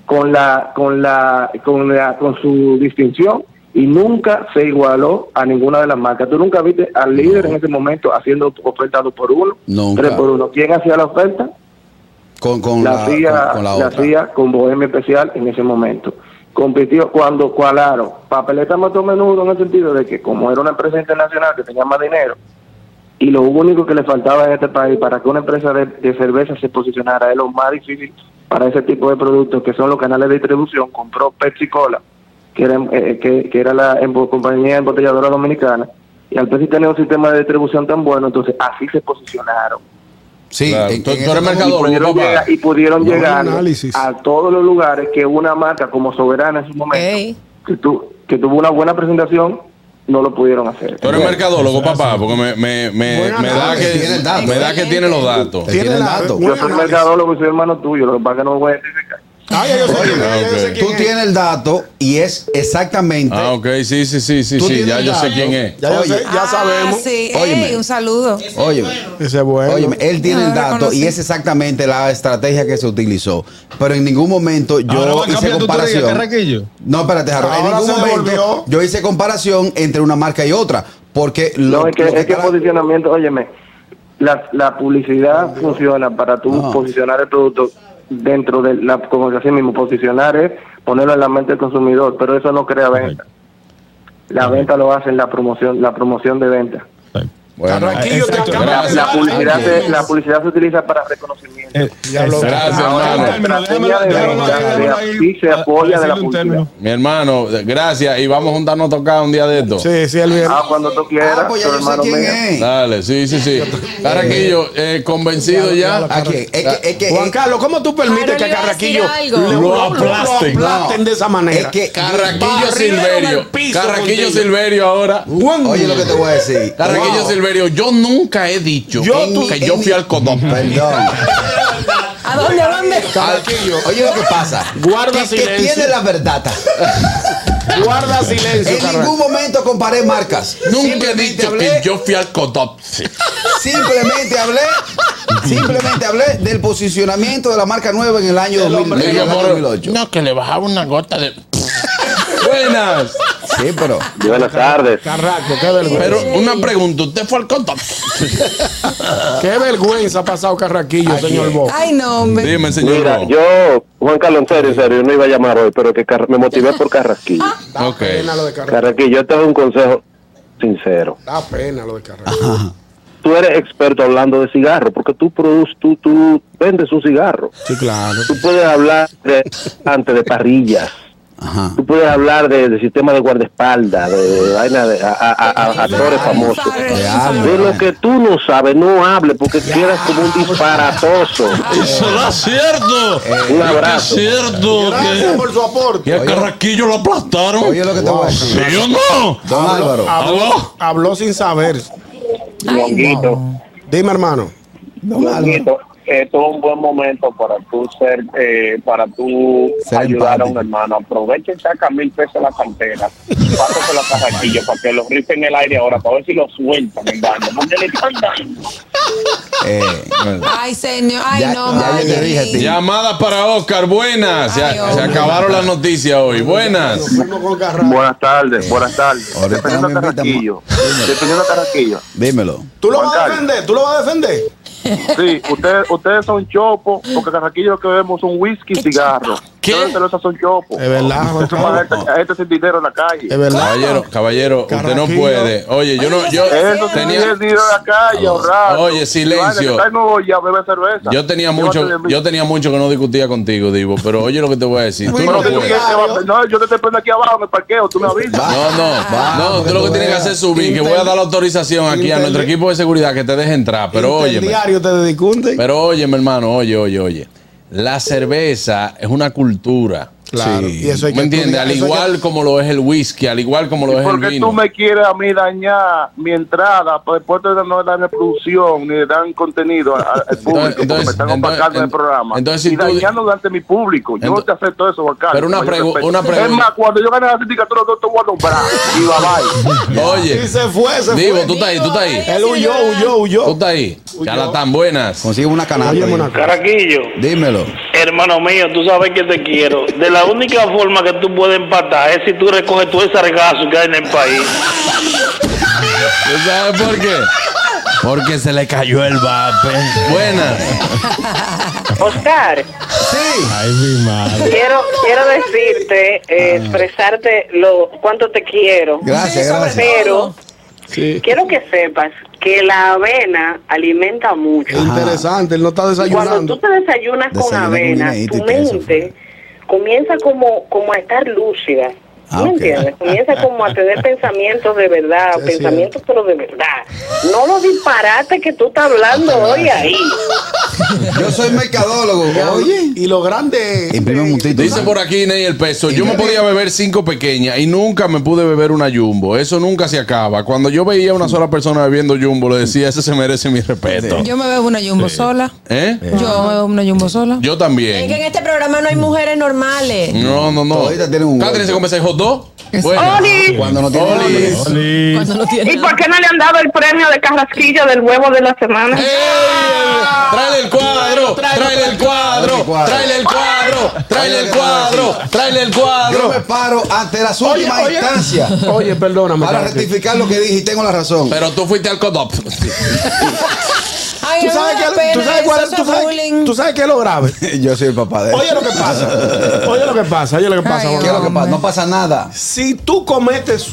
[SPEAKER 9] con la, con la, con la, con su distinción y nunca se igualó a ninguna de las marcas. Tú nunca viste al líder en ese momento haciendo oferta dos por uno,
[SPEAKER 3] Nunca.
[SPEAKER 9] tres por uno. ¿Quién hacía la oferta?
[SPEAKER 3] Con, con
[SPEAKER 9] la
[SPEAKER 3] la,
[SPEAKER 9] hacía
[SPEAKER 3] con, con la
[SPEAKER 9] la
[SPEAKER 3] otra.
[SPEAKER 9] hacía con Bohemia Especial en ese momento. Compitió cuando cualaron. Papeleta mató menudo en el sentido de que como era una empresa internacional que tenía más dinero y lo único que le faltaba en este país para que una empresa de, de cerveza se posicionara es lo más difícil para ese tipo de productos que son los canales de distribución. Compró Pepsi Cola, que era, eh, que, que era la embo- compañía embotelladora dominicana, y al Pepsi tenía un sistema de distribución tan bueno, entonces así se posicionaron
[SPEAKER 3] Sí,
[SPEAKER 2] Claro.
[SPEAKER 3] en-
[SPEAKER 2] Tú-
[SPEAKER 3] en
[SPEAKER 2] tú eres
[SPEAKER 3] esa-
[SPEAKER 2] mercador.
[SPEAKER 9] pudieron
[SPEAKER 2] papá.
[SPEAKER 9] llegar, y pudieron
[SPEAKER 1] No,
[SPEAKER 9] llegar
[SPEAKER 1] análisis.
[SPEAKER 9] a todos los lugares que una marca como Soberana en su momento,
[SPEAKER 8] Ey.
[SPEAKER 9] que, tu- que tuvo una buena presentación, no lo pudieron hacer.
[SPEAKER 2] Tú eres mercadólogo, papá, porque me, me, me,
[SPEAKER 1] Buena
[SPEAKER 2] me da
[SPEAKER 1] tarde,
[SPEAKER 2] que
[SPEAKER 3] tiene el dato.
[SPEAKER 2] me da que tiene los datos.
[SPEAKER 3] Te tiene el
[SPEAKER 1] la-
[SPEAKER 3] dato.
[SPEAKER 1] muy
[SPEAKER 9] Yo soy
[SPEAKER 1] análisis.
[SPEAKER 9] mercadólogo y soy hermano tuyo, lo que pasa es que no lo voy a identificar.
[SPEAKER 1] Ah, ya yo sé quién es, ya yo sé
[SPEAKER 2] ok.
[SPEAKER 1] quién
[SPEAKER 3] Tú
[SPEAKER 1] es.
[SPEAKER 3] tienes el dato y es exactamente.
[SPEAKER 2] Ah, ok, sí, sí, sí, sí,
[SPEAKER 3] Tú
[SPEAKER 2] sí.
[SPEAKER 3] tienes
[SPEAKER 2] Ya
[SPEAKER 3] el
[SPEAKER 2] yo sé
[SPEAKER 3] dato.
[SPEAKER 2] quién es.
[SPEAKER 1] Ya, yo
[SPEAKER 3] Oye.
[SPEAKER 1] sé, ya
[SPEAKER 4] Ah,
[SPEAKER 1] sabemos.
[SPEAKER 4] sí.
[SPEAKER 3] Óyeme.
[SPEAKER 4] Ey, un saludo.
[SPEAKER 3] Óyeme,
[SPEAKER 1] Ese es bueno.
[SPEAKER 3] óyeme, él tiene
[SPEAKER 4] Ya
[SPEAKER 3] el
[SPEAKER 4] lo
[SPEAKER 3] dato
[SPEAKER 4] reconocí.
[SPEAKER 3] y es exactamente la estrategia que se utilizó. Pero en ningún momento
[SPEAKER 6] Ahora va
[SPEAKER 3] yo
[SPEAKER 6] a
[SPEAKER 3] hice
[SPEAKER 6] cambiar tu teoría,
[SPEAKER 3] comparación.
[SPEAKER 6] Carraquillo.
[SPEAKER 3] No, espérate, Harold. En
[SPEAKER 1] Ahora
[SPEAKER 3] ningún
[SPEAKER 1] se
[SPEAKER 3] momento
[SPEAKER 1] devolvió.
[SPEAKER 3] yo hice comparación entre una marca y otra. Porque
[SPEAKER 9] No, es que, es que
[SPEAKER 3] cada-
[SPEAKER 9] posicionamiento, óyeme, la, la publicidad funciona para tú
[SPEAKER 3] No.
[SPEAKER 9] posicionar el producto dentro de la, como que así mismo, posicionar es ponerlo en la mente del consumidor, pero eso no crea venta. La venta lo hacen la promoción, la promoción de venta.
[SPEAKER 2] Bueno,
[SPEAKER 1] Carraquillo, te
[SPEAKER 6] Exacto.
[SPEAKER 1] acabas de
[SPEAKER 9] La
[SPEAKER 1] dar.
[SPEAKER 9] publicidad, se, la publicidad se utiliza para reconocimiento.
[SPEAKER 6] Eh,
[SPEAKER 1] Ya lo-
[SPEAKER 6] exacto.
[SPEAKER 2] Gracias,
[SPEAKER 6] Ahora,
[SPEAKER 2] hermano.
[SPEAKER 6] un término, déjamelo-
[SPEAKER 9] Estrategia de
[SPEAKER 6] déjamelo
[SPEAKER 9] venta,
[SPEAKER 6] ahí, déjamelo ahí,
[SPEAKER 9] sí se
[SPEAKER 6] a-
[SPEAKER 9] apoya de la
[SPEAKER 6] decirle un
[SPEAKER 9] publicidad.
[SPEAKER 6] término.
[SPEAKER 2] mi hermano, gracias. Y vamos a juntarnos a tocar un día de esto.
[SPEAKER 1] Sí, sí, el viernes.
[SPEAKER 9] Ah, cuando tú quieras,
[SPEAKER 3] Ah, pues ya
[SPEAKER 9] tu
[SPEAKER 3] yo sé
[SPEAKER 9] hermano
[SPEAKER 3] quién
[SPEAKER 9] mío.
[SPEAKER 3] es.
[SPEAKER 2] Dale, sí, sí, sí. Carraquillo, eh, convencido ya.
[SPEAKER 3] ¿A quién? Es Ah, que, es que- eh,
[SPEAKER 1] Juan
[SPEAKER 3] es-
[SPEAKER 1] Carlos, ¿cómo tú permites
[SPEAKER 10] Harold
[SPEAKER 1] que
[SPEAKER 10] iba a decir
[SPEAKER 1] Carraquillo
[SPEAKER 10] algo.
[SPEAKER 1] le-
[SPEAKER 2] Lo aplasten.
[SPEAKER 1] lo aplasten de esa manera?
[SPEAKER 3] es que
[SPEAKER 2] Carraquillo
[SPEAKER 1] Barrieron
[SPEAKER 2] Silverio.
[SPEAKER 1] el piso
[SPEAKER 2] Carraquillo
[SPEAKER 1] contigo.
[SPEAKER 2] Silverio ahora.
[SPEAKER 3] Oye lo que te voy a decir.
[SPEAKER 2] Carraquillo Silverio, yo nunca he dicho
[SPEAKER 1] Yo,
[SPEAKER 3] tú-
[SPEAKER 2] que yo fui al codón.
[SPEAKER 3] Perdón.
[SPEAKER 4] ¿A dónde, a dónde?
[SPEAKER 3] Carraquillo. Oye lo que pasa.
[SPEAKER 1] Guarda
[SPEAKER 3] que, que
[SPEAKER 1] silencio.
[SPEAKER 3] tiene la verdad.
[SPEAKER 1] Guarda silencio,
[SPEAKER 3] En
[SPEAKER 1] Carraquillo.
[SPEAKER 3] ningún momento comparé marcas.
[SPEAKER 2] Nunca he
[SPEAKER 3] Simplemente
[SPEAKER 2] dicho que
[SPEAKER 3] hablé-
[SPEAKER 2] yo fui al codopsi.
[SPEAKER 3] Simplemente hablé. Simplemente hablé del posicionamiento de la marca nueva en el año 2000, en el año 2008.
[SPEAKER 2] No, que le bajaba una gota de. Buenas.
[SPEAKER 3] Sí, pero
[SPEAKER 9] Buenas tardes.
[SPEAKER 1] Carraco, qué vergüenza.
[SPEAKER 2] Pero una pregunta, ¿usted fue al codopsi?
[SPEAKER 1] Qué vergüenza ha pasado Carraquillo, señor Bo.
[SPEAKER 4] Ay, no, hombre.
[SPEAKER 2] Dime,
[SPEAKER 7] Mira,
[SPEAKER 2] señor.
[SPEAKER 7] yo, Juan Carlos, en serio, en serio, no iba a llamar hoy, pero que Car- me motivé por Carrasquillo.
[SPEAKER 1] Da
[SPEAKER 2] Ok.
[SPEAKER 1] pena lo de Carraquillo.
[SPEAKER 7] Carrasquillo, yo te doy un consejo sincero.
[SPEAKER 1] Da pena lo de Carraquillo.
[SPEAKER 7] Tú eres experto hablando de cigarro, porque tú produces, tú, tú vendes un cigarro.
[SPEAKER 1] Sí, claro.
[SPEAKER 7] Tú puedes hablar de, antes de parrillas. Tú puedes hablar de, de sistema de guardaespaldas, de, de vaina de a, a- a- a- actores famosos. De lo que tú no sabes, no hables, porque quedas como un disparatoso.
[SPEAKER 2] Será cierto.
[SPEAKER 7] Un abrazo.
[SPEAKER 2] cierto
[SPEAKER 1] Gracias por su aporte.
[SPEAKER 2] que a Carraquillo lo aplastaron.
[SPEAKER 3] oye lo que te voy a decir.
[SPEAKER 2] ¿Sí o no?
[SPEAKER 3] Don Álvaro.
[SPEAKER 1] Habló, habló sin saber.
[SPEAKER 11] Ñonguito,
[SPEAKER 1] Dime, hermano.
[SPEAKER 11] Ñonguito, esto es un buen momento para tú ser, eh, para tú
[SPEAKER 3] Ser
[SPEAKER 11] ayudar a
[SPEAKER 3] empático.
[SPEAKER 11] un hermano. Aprovecha y saca mil pesos de la cartera y pásaselo a Carraquillo para que lo rifen en el aire ahora, para ver si lo sueltan en banda. Mándale tanta-
[SPEAKER 3] Eh, bueno.
[SPEAKER 4] Ay, señor. Ay,
[SPEAKER 3] Ya-
[SPEAKER 4] no,
[SPEAKER 3] ya yo te dije a ti.
[SPEAKER 4] Manny.
[SPEAKER 2] Llamada para Oscar, buenas. Ya-
[SPEAKER 4] Ay, hombre.
[SPEAKER 2] se acabaron las noticias hoy. Buenas.
[SPEAKER 1] Nos fuimos con Carraquillo.
[SPEAKER 9] Buenas tardes, buenas tardes.
[SPEAKER 3] ahorita
[SPEAKER 9] Dependiendo de
[SPEAKER 3] me invitan,
[SPEAKER 9] Carraquillo.
[SPEAKER 3] dímelo.
[SPEAKER 9] Dependiendo de Carraquillo.
[SPEAKER 3] Dímelo.
[SPEAKER 1] ¿Tú lo
[SPEAKER 9] Juan
[SPEAKER 1] vas a
[SPEAKER 9] Carlos.
[SPEAKER 6] Eh,
[SPEAKER 1] defender? ¿Tú lo vas a defender?
[SPEAKER 9] Sí, ustedes, ustedes son chopos, porque Carraquillo lo que bebemos son whisky y cigarro.
[SPEAKER 2] ¿Qué?
[SPEAKER 9] Ustedes celosas son chopos.
[SPEAKER 1] Es verdad, Juan
[SPEAKER 9] Eso es más
[SPEAKER 1] Carlos.
[SPEAKER 9] gente, gente sin dinero en la calle.
[SPEAKER 1] Es verdad.
[SPEAKER 2] Caballero, caballero, usted no
[SPEAKER 1] Carraquillo.
[SPEAKER 2] puede. Oye, yo no, yo
[SPEAKER 9] Eso sí
[SPEAKER 2] tenía,
[SPEAKER 9] es dinero en la calle, ahorrar.
[SPEAKER 2] Oye, silencio.
[SPEAKER 9] Está en Nuevo York, bebe cerveza.
[SPEAKER 2] yo tenía
[SPEAKER 9] Llévate de
[SPEAKER 2] mucho,
[SPEAKER 9] mí.
[SPEAKER 2] yo tenía mucho que no discutía contigo, Divo, pero oye lo que te voy a decir. Tú
[SPEAKER 1] Bueno,
[SPEAKER 2] no
[SPEAKER 9] Pero tú
[SPEAKER 1] Bueno.
[SPEAKER 2] puedes.
[SPEAKER 9] tienes que bajar- No, yo te estoy esperando aquí abajo en el parqueo, tú me avisas.
[SPEAKER 2] No, no,
[SPEAKER 3] Va,
[SPEAKER 2] no,
[SPEAKER 3] porque
[SPEAKER 2] tú lo que
[SPEAKER 3] tú
[SPEAKER 2] tienes que
[SPEAKER 3] veas.
[SPEAKER 2] hacer es subir, que voy a dar la autorización aquí a
[SPEAKER 1] Intel-
[SPEAKER 2] nuestro equipo de seguridad que te deje entrar, pero
[SPEAKER 1] Inter-
[SPEAKER 2] óyeme.
[SPEAKER 1] diario te discute.
[SPEAKER 2] Pero óyeme, hermano, oye, oye, oye. La cerveza es una cultura.
[SPEAKER 1] Claro.
[SPEAKER 3] Sí.
[SPEAKER 1] Y eso hay que
[SPEAKER 2] ¿Me entiendes?
[SPEAKER 1] estudiar,
[SPEAKER 2] Al
[SPEAKER 1] eso hay que-
[SPEAKER 2] igual como lo es el whisky, al igual como lo es el
[SPEAKER 9] Porque
[SPEAKER 2] vino.
[SPEAKER 9] tú me quieres a mí dañar mi entrada, pues después de no dan reproducción ni le dan contenido a- a- al público, porque
[SPEAKER 2] entonces-
[SPEAKER 9] me están
[SPEAKER 2] entonces-
[SPEAKER 9] opacando en el
[SPEAKER 2] ent-
[SPEAKER 9] programa.
[SPEAKER 2] entonces, si
[SPEAKER 9] y
[SPEAKER 2] tú-
[SPEAKER 9] dañando durante mi público. Yo no
[SPEAKER 2] Ento-
[SPEAKER 9] te acepto eso, Juan Carlos,
[SPEAKER 2] Pero una
[SPEAKER 9] con mayor
[SPEAKER 2] pregu-
[SPEAKER 9] respeto.
[SPEAKER 2] una
[SPEAKER 9] Es
[SPEAKER 2] pregunta.
[SPEAKER 9] más, cuando yo gane la sindicatura, no te voy a nombrar. Y bye bye.
[SPEAKER 2] Oye,
[SPEAKER 1] Y se fue,
[SPEAKER 6] Eh,
[SPEAKER 1] se
[SPEAKER 2] Divo,
[SPEAKER 1] fue.
[SPEAKER 2] tú estás ahí, tú estás ahí.
[SPEAKER 1] Él huyó, huyó,
[SPEAKER 2] Tú
[SPEAKER 1] huyó.
[SPEAKER 2] estás ahí. Charlatán, buenas.
[SPEAKER 3] Consigue una
[SPEAKER 1] Óyeme una
[SPEAKER 3] canasta.
[SPEAKER 1] cosa.
[SPEAKER 11] Carraquillo,
[SPEAKER 3] Dímelo.
[SPEAKER 11] hermano mío, tú sabes que te quiero. De la única forma que tú puedes empatar es si tú recoges todo ese regazo que hay en el país.
[SPEAKER 2] ¿Tú sabes por qué? Porque se le cayó el vape. Buenas.
[SPEAKER 12] Oscar,
[SPEAKER 13] Ay, mi madre.
[SPEAKER 12] quiero, quiero decirte, eh, expresarte lo cuánto te quiero,
[SPEAKER 3] Gracias,
[SPEAKER 4] Sí, sobre
[SPEAKER 3] gracias.
[SPEAKER 12] pero
[SPEAKER 1] Sí.
[SPEAKER 12] quiero que sepas que la avena alimenta mucho.
[SPEAKER 1] Interesante, él no está
[SPEAKER 12] Y Cuando
[SPEAKER 1] desayunando.
[SPEAKER 12] tú te desayunas con
[SPEAKER 3] Desayuno con
[SPEAKER 12] avena,
[SPEAKER 3] guineíto y
[SPEAKER 12] tu
[SPEAKER 3] queso,
[SPEAKER 12] mente comienza como, como a estar lúcida.
[SPEAKER 3] Ah,
[SPEAKER 12] ¿No
[SPEAKER 3] ok.
[SPEAKER 12] entiendes? Comienza como a tener pensamientos de verdad,
[SPEAKER 1] Sí, es
[SPEAKER 12] pensamientos pero de verdad. No los disparates que tú estás hablando hoy ahí.
[SPEAKER 3] Yo soy mercadólogo. Oye.
[SPEAKER 1] Y lo grande es.
[SPEAKER 3] Imprime un título.
[SPEAKER 2] Dice por aquí Ney el peso. Yo me podía beber cinco pequeñas y nunca me pude beber una jumbo. Eso nunca se acaba. Cuando yo veía a una sola persona bebiendo jumbo, le decía, ese se merece mi respeto.
[SPEAKER 4] Yo me bebo una jumbo sola.
[SPEAKER 2] ¿Eh?
[SPEAKER 4] Yo me bebo una jumbo sola.
[SPEAKER 2] Yo
[SPEAKER 8] Es que en
[SPEAKER 2] también.
[SPEAKER 8] este programa no hay mujeres normales.
[SPEAKER 2] No, no, no.
[SPEAKER 3] Ahorita tienen un
[SPEAKER 2] Catherine
[SPEAKER 3] golpe.
[SPEAKER 2] se come seis hot dog. Bueno.
[SPEAKER 12] ¡Oli!
[SPEAKER 3] Cuando no tiene
[SPEAKER 2] Oli.
[SPEAKER 3] goles.
[SPEAKER 13] Oli.
[SPEAKER 8] Cuando no
[SPEAKER 12] ¿Y
[SPEAKER 8] tiene
[SPEAKER 12] por qué no le han dado el premio de Carrasquilla del huevo de la semana?
[SPEAKER 2] ¡Ey! Tráele el cuadro, tráele el cuadro, tráele el cuadro, tráele el cuadro, tráele el
[SPEAKER 3] Yo me
[SPEAKER 2] cuadro.
[SPEAKER 3] paro ante las
[SPEAKER 1] Oye,
[SPEAKER 3] últimas
[SPEAKER 1] oye.
[SPEAKER 3] instancias
[SPEAKER 1] Oye, perdóname.
[SPEAKER 3] para
[SPEAKER 1] Carraquillo.
[SPEAKER 3] rectificar lo que dije y tengo la razón.
[SPEAKER 2] Pero tú fuiste al codop.
[SPEAKER 4] Ay,
[SPEAKER 1] ¿Tú
[SPEAKER 4] me da
[SPEAKER 1] sabes,
[SPEAKER 4] una
[SPEAKER 1] qué- tú
[SPEAKER 4] pena,
[SPEAKER 1] sabes cuál-
[SPEAKER 4] eso
[SPEAKER 1] tú
[SPEAKER 4] es
[SPEAKER 1] sabes-
[SPEAKER 4] bullying.
[SPEAKER 1] tú sabes qué es lo grave?
[SPEAKER 3] Yo soy el papá de él.
[SPEAKER 1] Oye lo que pasa. Oye lo que pasa. Oye lo que pasa.
[SPEAKER 4] Ay,
[SPEAKER 1] Juan
[SPEAKER 3] ¿Qué es lo que
[SPEAKER 1] Carlos.
[SPEAKER 3] pasa? No pasa nada.
[SPEAKER 1] Si tú cometes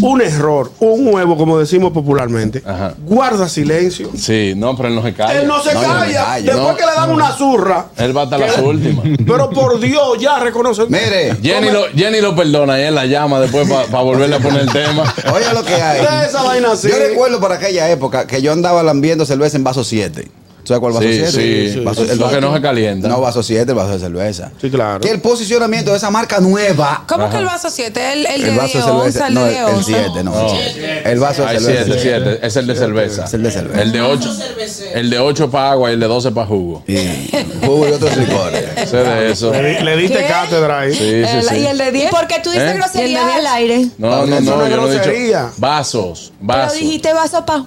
[SPEAKER 1] un error, un huevo, como decimos popularmente,
[SPEAKER 2] Ajá.
[SPEAKER 1] guarda silencio.
[SPEAKER 2] Sí, no, pero él no se calla.
[SPEAKER 1] Él no se
[SPEAKER 3] No, yo no me
[SPEAKER 1] calla.
[SPEAKER 3] callo.
[SPEAKER 1] Después
[SPEAKER 2] No.
[SPEAKER 1] que le dan una zurra.
[SPEAKER 2] Él va hasta las
[SPEAKER 1] ¿Qué?
[SPEAKER 2] últimas.
[SPEAKER 1] Pero por Dios, ya reconoce.
[SPEAKER 3] Mire,
[SPEAKER 2] Jenny lo, Jenny lo perdona y él la llama después para volverle a poner el tema.
[SPEAKER 3] oye lo que
[SPEAKER 1] Deja
[SPEAKER 3] hay.
[SPEAKER 1] esa vaina así.
[SPEAKER 3] Yo recuerdo para aquella época que yo andaba lambiendo cerveza en vaso 7. ¿Sabes cuál vaso
[SPEAKER 2] Sí,
[SPEAKER 3] 7?
[SPEAKER 2] sí, sí. Lo que no se calienta.
[SPEAKER 3] No, vaso 7, el vaso de cerveza.
[SPEAKER 1] Sí, claro.
[SPEAKER 3] Que el posicionamiento de esa marca nueva.
[SPEAKER 4] ¿Cómo que el vaso 7? El, el,
[SPEAKER 3] El
[SPEAKER 4] de
[SPEAKER 3] vaso de
[SPEAKER 4] 10, 11,
[SPEAKER 3] cerveza.
[SPEAKER 4] el
[SPEAKER 3] No,
[SPEAKER 4] de
[SPEAKER 3] el-
[SPEAKER 4] 10,
[SPEAKER 3] el
[SPEAKER 4] 11.
[SPEAKER 3] 7, no. El vaso de
[SPEAKER 2] Hay siete,
[SPEAKER 3] cerveza.
[SPEAKER 2] siete. Es el de cerveza.
[SPEAKER 3] Es el de cerveza.
[SPEAKER 2] El de ocho. El de ocho para agua y el de 12 para jugo.
[SPEAKER 3] Y jugo y otros licores.
[SPEAKER 2] Sé de eso.
[SPEAKER 1] Le, di- le diste
[SPEAKER 8] ¿Qué?
[SPEAKER 1] cátedra ahí.
[SPEAKER 2] Sí, sí,
[SPEAKER 4] El-
[SPEAKER 2] sí.
[SPEAKER 4] Eh, Y el de
[SPEAKER 8] ¿Y
[SPEAKER 4] 10.
[SPEAKER 8] por qué tú dices
[SPEAKER 2] ¿Eh?
[SPEAKER 4] ¿Y el de
[SPEAKER 8] grosería
[SPEAKER 4] diez?
[SPEAKER 8] al aire?
[SPEAKER 2] No, no,
[SPEAKER 3] Eso
[SPEAKER 1] no
[SPEAKER 2] no,
[SPEAKER 1] es
[SPEAKER 2] yo no he
[SPEAKER 1] grosería.
[SPEAKER 2] dicho. Vasos,
[SPEAKER 8] Pero
[SPEAKER 2] vasos.
[SPEAKER 8] dijiste vaso pa.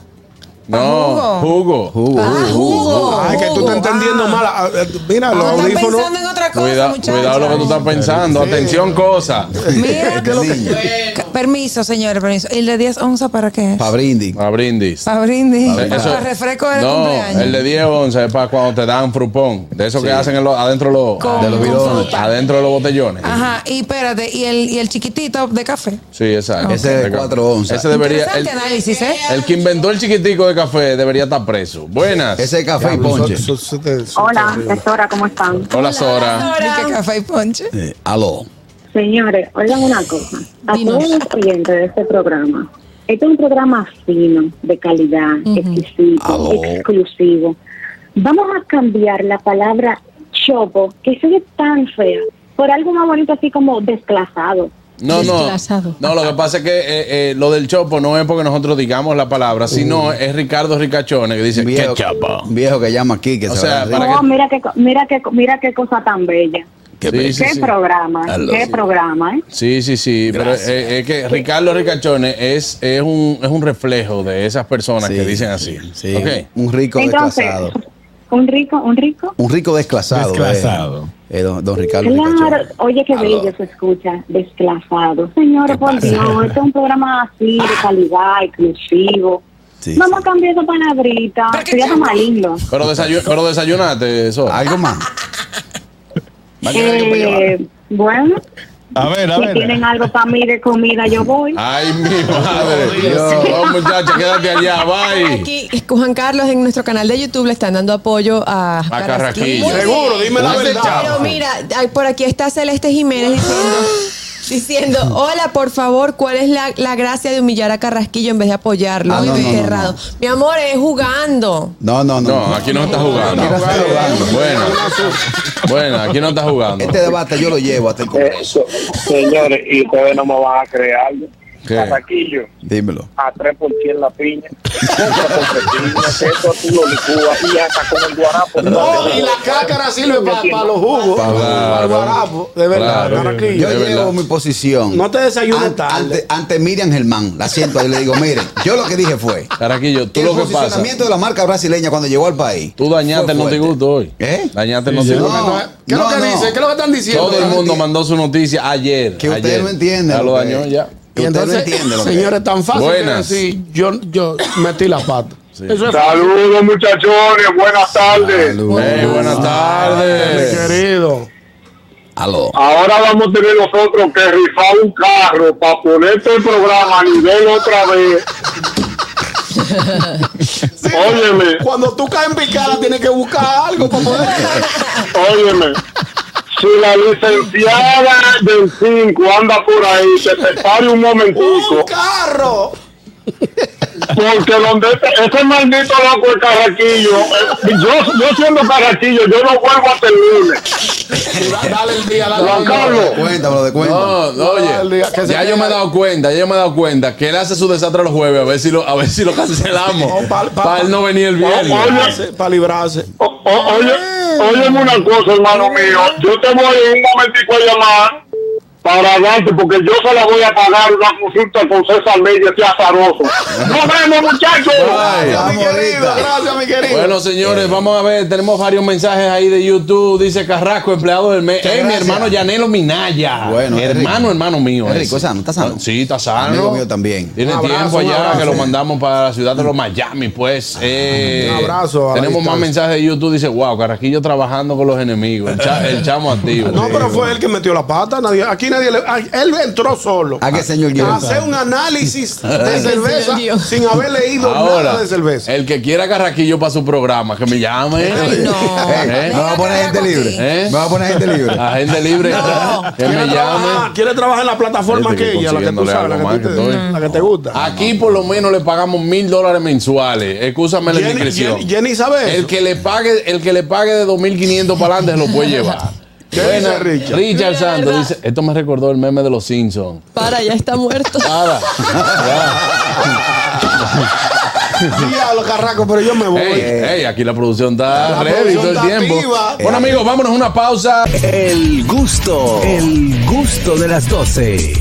[SPEAKER 2] No, jugo.
[SPEAKER 3] Jugo,
[SPEAKER 8] Ah,
[SPEAKER 3] jugo, jugo.
[SPEAKER 8] jugo.
[SPEAKER 1] Ay, que tú
[SPEAKER 8] Jugo,
[SPEAKER 1] estás entendiendo
[SPEAKER 8] ah.
[SPEAKER 1] mal. Ah, eh, Mira, los
[SPEAKER 4] Vamos a estar
[SPEAKER 1] audífonos.
[SPEAKER 4] pensando en otra cosa,
[SPEAKER 2] Cuida-
[SPEAKER 4] muchachos.
[SPEAKER 2] cuidado lo que tú estás pensando. Atención, cosa.
[SPEAKER 4] Mira,
[SPEAKER 3] Este niño.
[SPEAKER 4] ca- permiso, señores, permiso. ¿Y el de 10, 11 para qué es?
[SPEAKER 3] Pa' brindis.
[SPEAKER 2] A brindis.
[SPEAKER 4] Para brindis.
[SPEAKER 2] Eh, eso-
[SPEAKER 4] Para refresco de
[SPEAKER 2] no,
[SPEAKER 4] cumpleaños.
[SPEAKER 2] el de 10 11 es para cuando te dan frupón. De eso que hacen en los- adentro de los,
[SPEAKER 4] Con-
[SPEAKER 2] de los
[SPEAKER 4] con
[SPEAKER 2] bidones.
[SPEAKER 4] fruta.
[SPEAKER 2] Adentro de los botellones.
[SPEAKER 4] Ajá, y espérate, ¿y el, y el chiquitito de café?
[SPEAKER 2] Sí, exacto.
[SPEAKER 3] Ese es
[SPEAKER 2] Venga.
[SPEAKER 3] 4 onzas.
[SPEAKER 2] Ese debería. El,
[SPEAKER 4] Interesante análisis, ¿eh?
[SPEAKER 2] el que inventó el chiquitico de café debería estar preso. Buenas.
[SPEAKER 3] Ese es café y ponche.
[SPEAKER 1] Su- su- su- su- su-
[SPEAKER 12] Hola, doctora, ¿cómo están?
[SPEAKER 2] Hola, Sora.
[SPEAKER 4] Di que café y ponche.
[SPEAKER 3] Eh, Aló.
[SPEAKER 12] Señores, oigan una cosa.
[SPEAKER 8] Dinos.
[SPEAKER 12] Apoyen los clientes de este programa. Este es un programa fino, de calidad, exquisito,
[SPEAKER 3] Aló.
[SPEAKER 12] exclusivo. Vamos a cambiar la palabra chopo, que se ve tan fea, por algo más bonito así como desclasado.
[SPEAKER 2] No, no.
[SPEAKER 14] Desclasado.
[SPEAKER 2] No, lo que pasa es que eh, eh, lo del chopo no es porque nosotros digamos la palabra, sino es Ricardo Ricachone que dice
[SPEAKER 3] Viejo-
[SPEAKER 2] que chapa.
[SPEAKER 3] Viejo que llama aquí, que
[SPEAKER 2] O
[SPEAKER 3] se
[SPEAKER 2] sea,
[SPEAKER 3] va a-
[SPEAKER 2] para
[SPEAKER 4] Oh,
[SPEAKER 10] No, mira qué, co- mira, qué, co- mira qué cosa tan bella.
[SPEAKER 2] Qué
[SPEAKER 10] qué
[SPEAKER 2] bella. Sí, sí, sí.
[SPEAKER 10] programa,
[SPEAKER 2] Aló,
[SPEAKER 10] qué
[SPEAKER 2] sí.
[SPEAKER 10] programa, ¿eh?
[SPEAKER 2] Sí, sí, sí. Pero
[SPEAKER 10] Gracias.
[SPEAKER 2] eh, es que Ricardo Ricachone es, es, un, es un reflejo de esas personas que dicen así.
[SPEAKER 3] Sí,
[SPEAKER 2] Ok.
[SPEAKER 3] un, un rico
[SPEAKER 10] Entonces,
[SPEAKER 3] desclasado.
[SPEAKER 10] un rico, un rico.
[SPEAKER 3] Un rico desclasado.
[SPEAKER 6] Desclasado.
[SPEAKER 3] eh, eh, don, don Ricardo.
[SPEAKER 10] Claro,
[SPEAKER 3] Ricachón.
[SPEAKER 10] oye qué
[SPEAKER 3] Aló.
[SPEAKER 10] bello se escucha, desclasado. Señores, por Dios, este es un programa así, de calidad, exclusivo.
[SPEAKER 3] Ah. Sí,
[SPEAKER 10] Vamos a cambiar esa palabrita, que ya está maligno.
[SPEAKER 2] Pero, desayu- pero desayunate eso.
[SPEAKER 3] Algo más.
[SPEAKER 10] Eh, bueno,
[SPEAKER 6] A ver, a
[SPEAKER 10] si
[SPEAKER 6] ver.
[SPEAKER 10] tienen algo para mí de comida, yo voy.
[SPEAKER 3] Ah,
[SPEAKER 2] Ay, mi madre. Dios, muchacha, quédate allá, bye.
[SPEAKER 8] Aquí, Juan Carlos, en nuestro canal de YouTube le están dando apoyo a,
[SPEAKER 2] A
[SPEAKER 8] Carrasquillo.
[SPEAKER 2] Carraquillo.
[SPEAKER 1] Seguro, dime la
[SPEAKER 2] Hace
[SPEAKER 1] verdad.
[SPEAKER 2] chapa.
[SPEAKER 8] Pero mira, ay, por aquí está Celeste Jiménez diciendo, diciendo, hola, por favor, ¿cuál es la, la gracia de humillar a Carrasquillo en vez de apoyarlo?
[SPEAKER 3] Ah, no, no, no,
[SPEAKER 8] Enterrado. Mi amor, es jugando.
[SPEAKER 3] No, no, no.
[SPEAKER 2] No, aquí no está jugando.
[SPEAKER 3] Aquí no está jugando.
[SPEAKER 2] Bueno, bueno, aquí no está jugando.
[SPEAKER 3] Este debate yo lo llevo hasta el
[SPEAKER 2] Eh,
[SPEAKER 3] Congreso.
[SPEAKER 9] Eso, señores, y ustedes no me van a creer algo.
[SPEAKER 2] ¿Qué?
[SPEAKER 9] Carraquillo,
[SPEAKER 3] Dímelo.
[SPEAKER 9] a 3 por 100 la piña, 4 por 100, eso tú lo licúas y hasta con el guarapo.
[SPEAKER 1] No, y la cácara sirve para los jugos,
[SPEAKER 3] Pa'
[SPEAKER 1] para el guarapo, de verdad,
[SPEAKER 2] Claro.
[SPEAKER 1] carraquillo.
[SPEAKER 3] Yo
[SPEAKER 2] de verdad.
[SPEAKER 3] llevo mi posición.
[SPEAKER 1] No te desayunes
[SPEAKER 3] An-
[SPEAKER 1] tarde.
[SPEAKER 3] Ante, ante Miriam Germán, la siento ahí, le digo, miren, yo lo que dije fue
[SPEAKER 2] Carraquillo, tú
[SPEAKER 3] que el
[SPEAKER 2] lo que pasa.
[SPEAKER 3] posicionamiento de la marca brasileña cuando llegó al país.
[SPEAKER 2] Tú dañaste
[SPEAKER 3] fue
[SPEAKER 2] el
[SPEAKER 3] fuerte.
[SPEAKER 2] notigusto hoy.
[SPEAKER 3] ¿Eh?
[SPEAKER 2] Dañaste el
[SPEAKER 6] Sí, sí.
[SPEAKER 2] notigusto.
[SPEAKER 3] No,
[SPEAKER 1] eh, ¿Qué es lo
[SPEAKER 3] no,
[SPEAKER 1] que
[SPEAKER 3] no.
[SPEAKER 1] dice? ¿Qué es lo que están diciendo?
[SPEAKER 2] Todo el mundo
[SPEAKER 3] Andy.
[SPEAKER 2] mandó su noticia ayer.
[SPEAKER 3] Que ustedes
[SPEAKER 2] ayer.
[SPEAKER 3] no entienden
[SPEAKER 2] Ya
[SPEAKER 3] lo
[SPEAKER 2] lo
[SPEAKER 3] que-
[SPEAKER 2] dañó ya.
[SPEAKER 3] Que
[SPEAKER 1] Y
[SPEAKER 3] usted
[SPEAKER 1] entonces,
[SPEAKER 3] no entiende lo que
[SPEAKER 1] señores, tan fácil
[SPEAKER 2] Buenas.
[SPEAKER 1] que decir, yo, yo metí la pata. Eso es fácil,
[SPEAKER 9] Saludos, muchachones, buenas tardes.
[SPEAKER 2] Ey, buenas
[SPEAKER 1] mi
[SPEAKER 2] tardes.
[SPEAKER 1] querido.
[SPEAKER 3] Aló.
[SPEAKER 9] Ahora vamos a tener nosotros que rifar un carro para poner este programa a nivel otra vez. Óyeme,
[SPEAKER 1] Cuando tú caes en picada, tienes que buscar algo para poder.
[SPEAKER 9] óyeme. Si la licenciada del 5 anda por ahí, que te pare un
[SPEAKER 1] ¡Un
[SPEAKER 9] momentico.
[SPEAKER 1] carro!
[SPEAKER 9] Porque donde este- ese maldito loco el carraquillo, eh, yo, yo siendo carraquillo, yo no vuelvo hasta el lunes.
[SPEAKER 1] Dale el día, dale
[SPEAKER 9] Juan
[SPEAKER 1] el día.
[SPEAKER 9] Carlos,
[SPEAKER 3] Cuéntamelo de cuenta.
[SPEAKER 2] No, no,
[SPEAKER 1] No, el
[SPEAKER 2] oye,
[SPEAKER 1] día que se
[SPEAKER 2] ya yo
[SPEAKER 1] queda-
[SPEAKER 2] me he dado cuenta, ya yo me he dado cuenta que él hace su desastre los jueves, a ver si lo, a ver si lo cancelamos.
[SPEAKER 1] No, pa-
[SPEAKER 2] Para
[SPEAKER 1] pa-
[SPEAKER 2] él no venir el
[SPEAKER 9] Oye.
[SPEAKER 2] viernes.
[SPEAKER 1] Librarse, Para librarse.
[SPEAKER 9] O- o- oye, óyeme una cosa, hermano mío. Yo te voy en un momentico a llamar para darte, porque yo se la voy a pagar una consulta con César Mella, este azaroso. ¡Nos vemos, muchachos!
[SPEAKER 1] Gracias,
[SPEAKER 2] Ay.
[SPEAKER 1] mi
[SPEAKER 3] Vamos
[SPEAKER 1] querido,
[SPEAKER 3] ahorita.
[SPEAKER 1] gracias, mi querido.
[SPEAKER 3] Eh,
[SPEAKER 2] Bueno, señores, vamos a ver. Tenemos varios mensajes ahí de YouTube. Dice Carrasco, empleado del mes. Ey, mi
[SPEAKER 3] gracias.
[SPEAKER 2] hermano Yanelo Minaya.
[SPEAKER 3] Bueno, es
[SPEAKER 2] hermano,
[SPEAKER 3] rico.
[SPEAKER 2] hermano mío.
[SPEAKER 3] Es
[SPEAKER 2] ese.
[SPEAKER 3] rico, es sano, está sano.
[SPEAKER 2] Ah, Sí, está sano.
[SPEAKER 3] Amigo mío también. Mm.
[SPEAKER 2] Tiene
[SPEAKER 1] Un abrazo,
[SPEAKER 2] tiempo
[SPEAKER 1] un
[SPEAKER 2] allá
[SPEAKER 1] abrazo.
[SPEAKER 2] que lo mandamos para la ciudad de los Miami,
[SPEAKER 3] Ah,
[SPEAKER 2] pues. Eh,
[SPEAKER 1] Un abrazo a la
[SPEAKER 2] Tenemos más
[SPEAKER 1] distancia.
[SPEAKER 2] mensajes de YouTube. Dice, wow, Carrasquillo trabajando con los enemigos. El, cha- el chamo activo.
[SPEAKER 1] No, pero fue él que metió la pata. Nadie, aquí nadie le. a- Él entró solo.
[SPEAKER 3] ¿A qué señor
[SPEAKER 1] A
[SPEAKER 3] guión?
[SPEAKER 1] hacer un análisis
[SPEAKER 8] qué
[SPEAKER 1] de cerveza
[SPEAKER 8] señor guión.
[SPEAKER 1] sin haber leído
[SPEAKER 2] Ahora,
[SPEAKER 1] nada de cerveza.
[SPEAKER 2] el que quiera Carrasquillo para su programa, que me llame.
[SPEAKER 4] Ay, no.
[SPEAKER 3] Ey,
[SPEAKER 2] ¿Eh?
[SPEAKER 3] Me va a poner gente libre.
[SPEAKER 2] ¿Eh?
[SPEAKER 3] Me va a poner gente libre.
[SPEAKER 2] A gente libre, que me
[SPEAKER 1] Quiere
[SPEAKER 2] llame.
[SPEAKER 1] trabajar, quiere trabajar en la plataforma
[SPEAKER 2] Gente que
[SPEAKER 1] aquella, la que tú
[SPEAKER 2] consiguiéndole
[SPEAKER 1] sabes, la
[SPEAKER 2] algo
[SPEAKER 1] que, tú
[SPEAKER 2] más
[SPEAKER 1] te-
[SPEAKER 2] que estoy. Ah,
[SPEAKER 1] la que te gusta.
[SPEAKER 2] Aquí por lo menos le pagamos mil dólares mensuales. Escúchame la
[SPEAKER 1] Jenny-
[SPEAKER 2] inscripción.
[SPEAKER 1] Jenny- Jenny sabe eso.
[SPEAKER 2] El que le pague, el que le pague de 2.500 para adelante se lo puede llevar.
[SPEAKER 1] ¿Qué dice Richard?
[SPEAKER 2] Richard
[SPEAKER 8] Mira,
[SPEAKER 2] Santos
[SPEAKER 8] ¿verdad?
[SPEAKER 2] dice, esto me recordó el meme de los Simpsons.
[SPEAKER 8] Para, ya está muerto.
[SPEAKER 2] Para.
[SPEAKER 1] Diablo, carraco, pero yo me voy.
[SPEAKER 2] Ey, ey, aquí la producción está
[SPEAKER 1] La
[SPEAKER 2] ready todo
[SPEAKER 1] producción
[SPEAKER 2] el
[SPEAKER 1] está
[SPEAKER 2] tiempo.
[SPEAKER 1] activa.
[SPEAKER 2] Bueno, amigos, vámonos a una pausa.
[SPEAKER 5] El gusto, el gusto de las 12.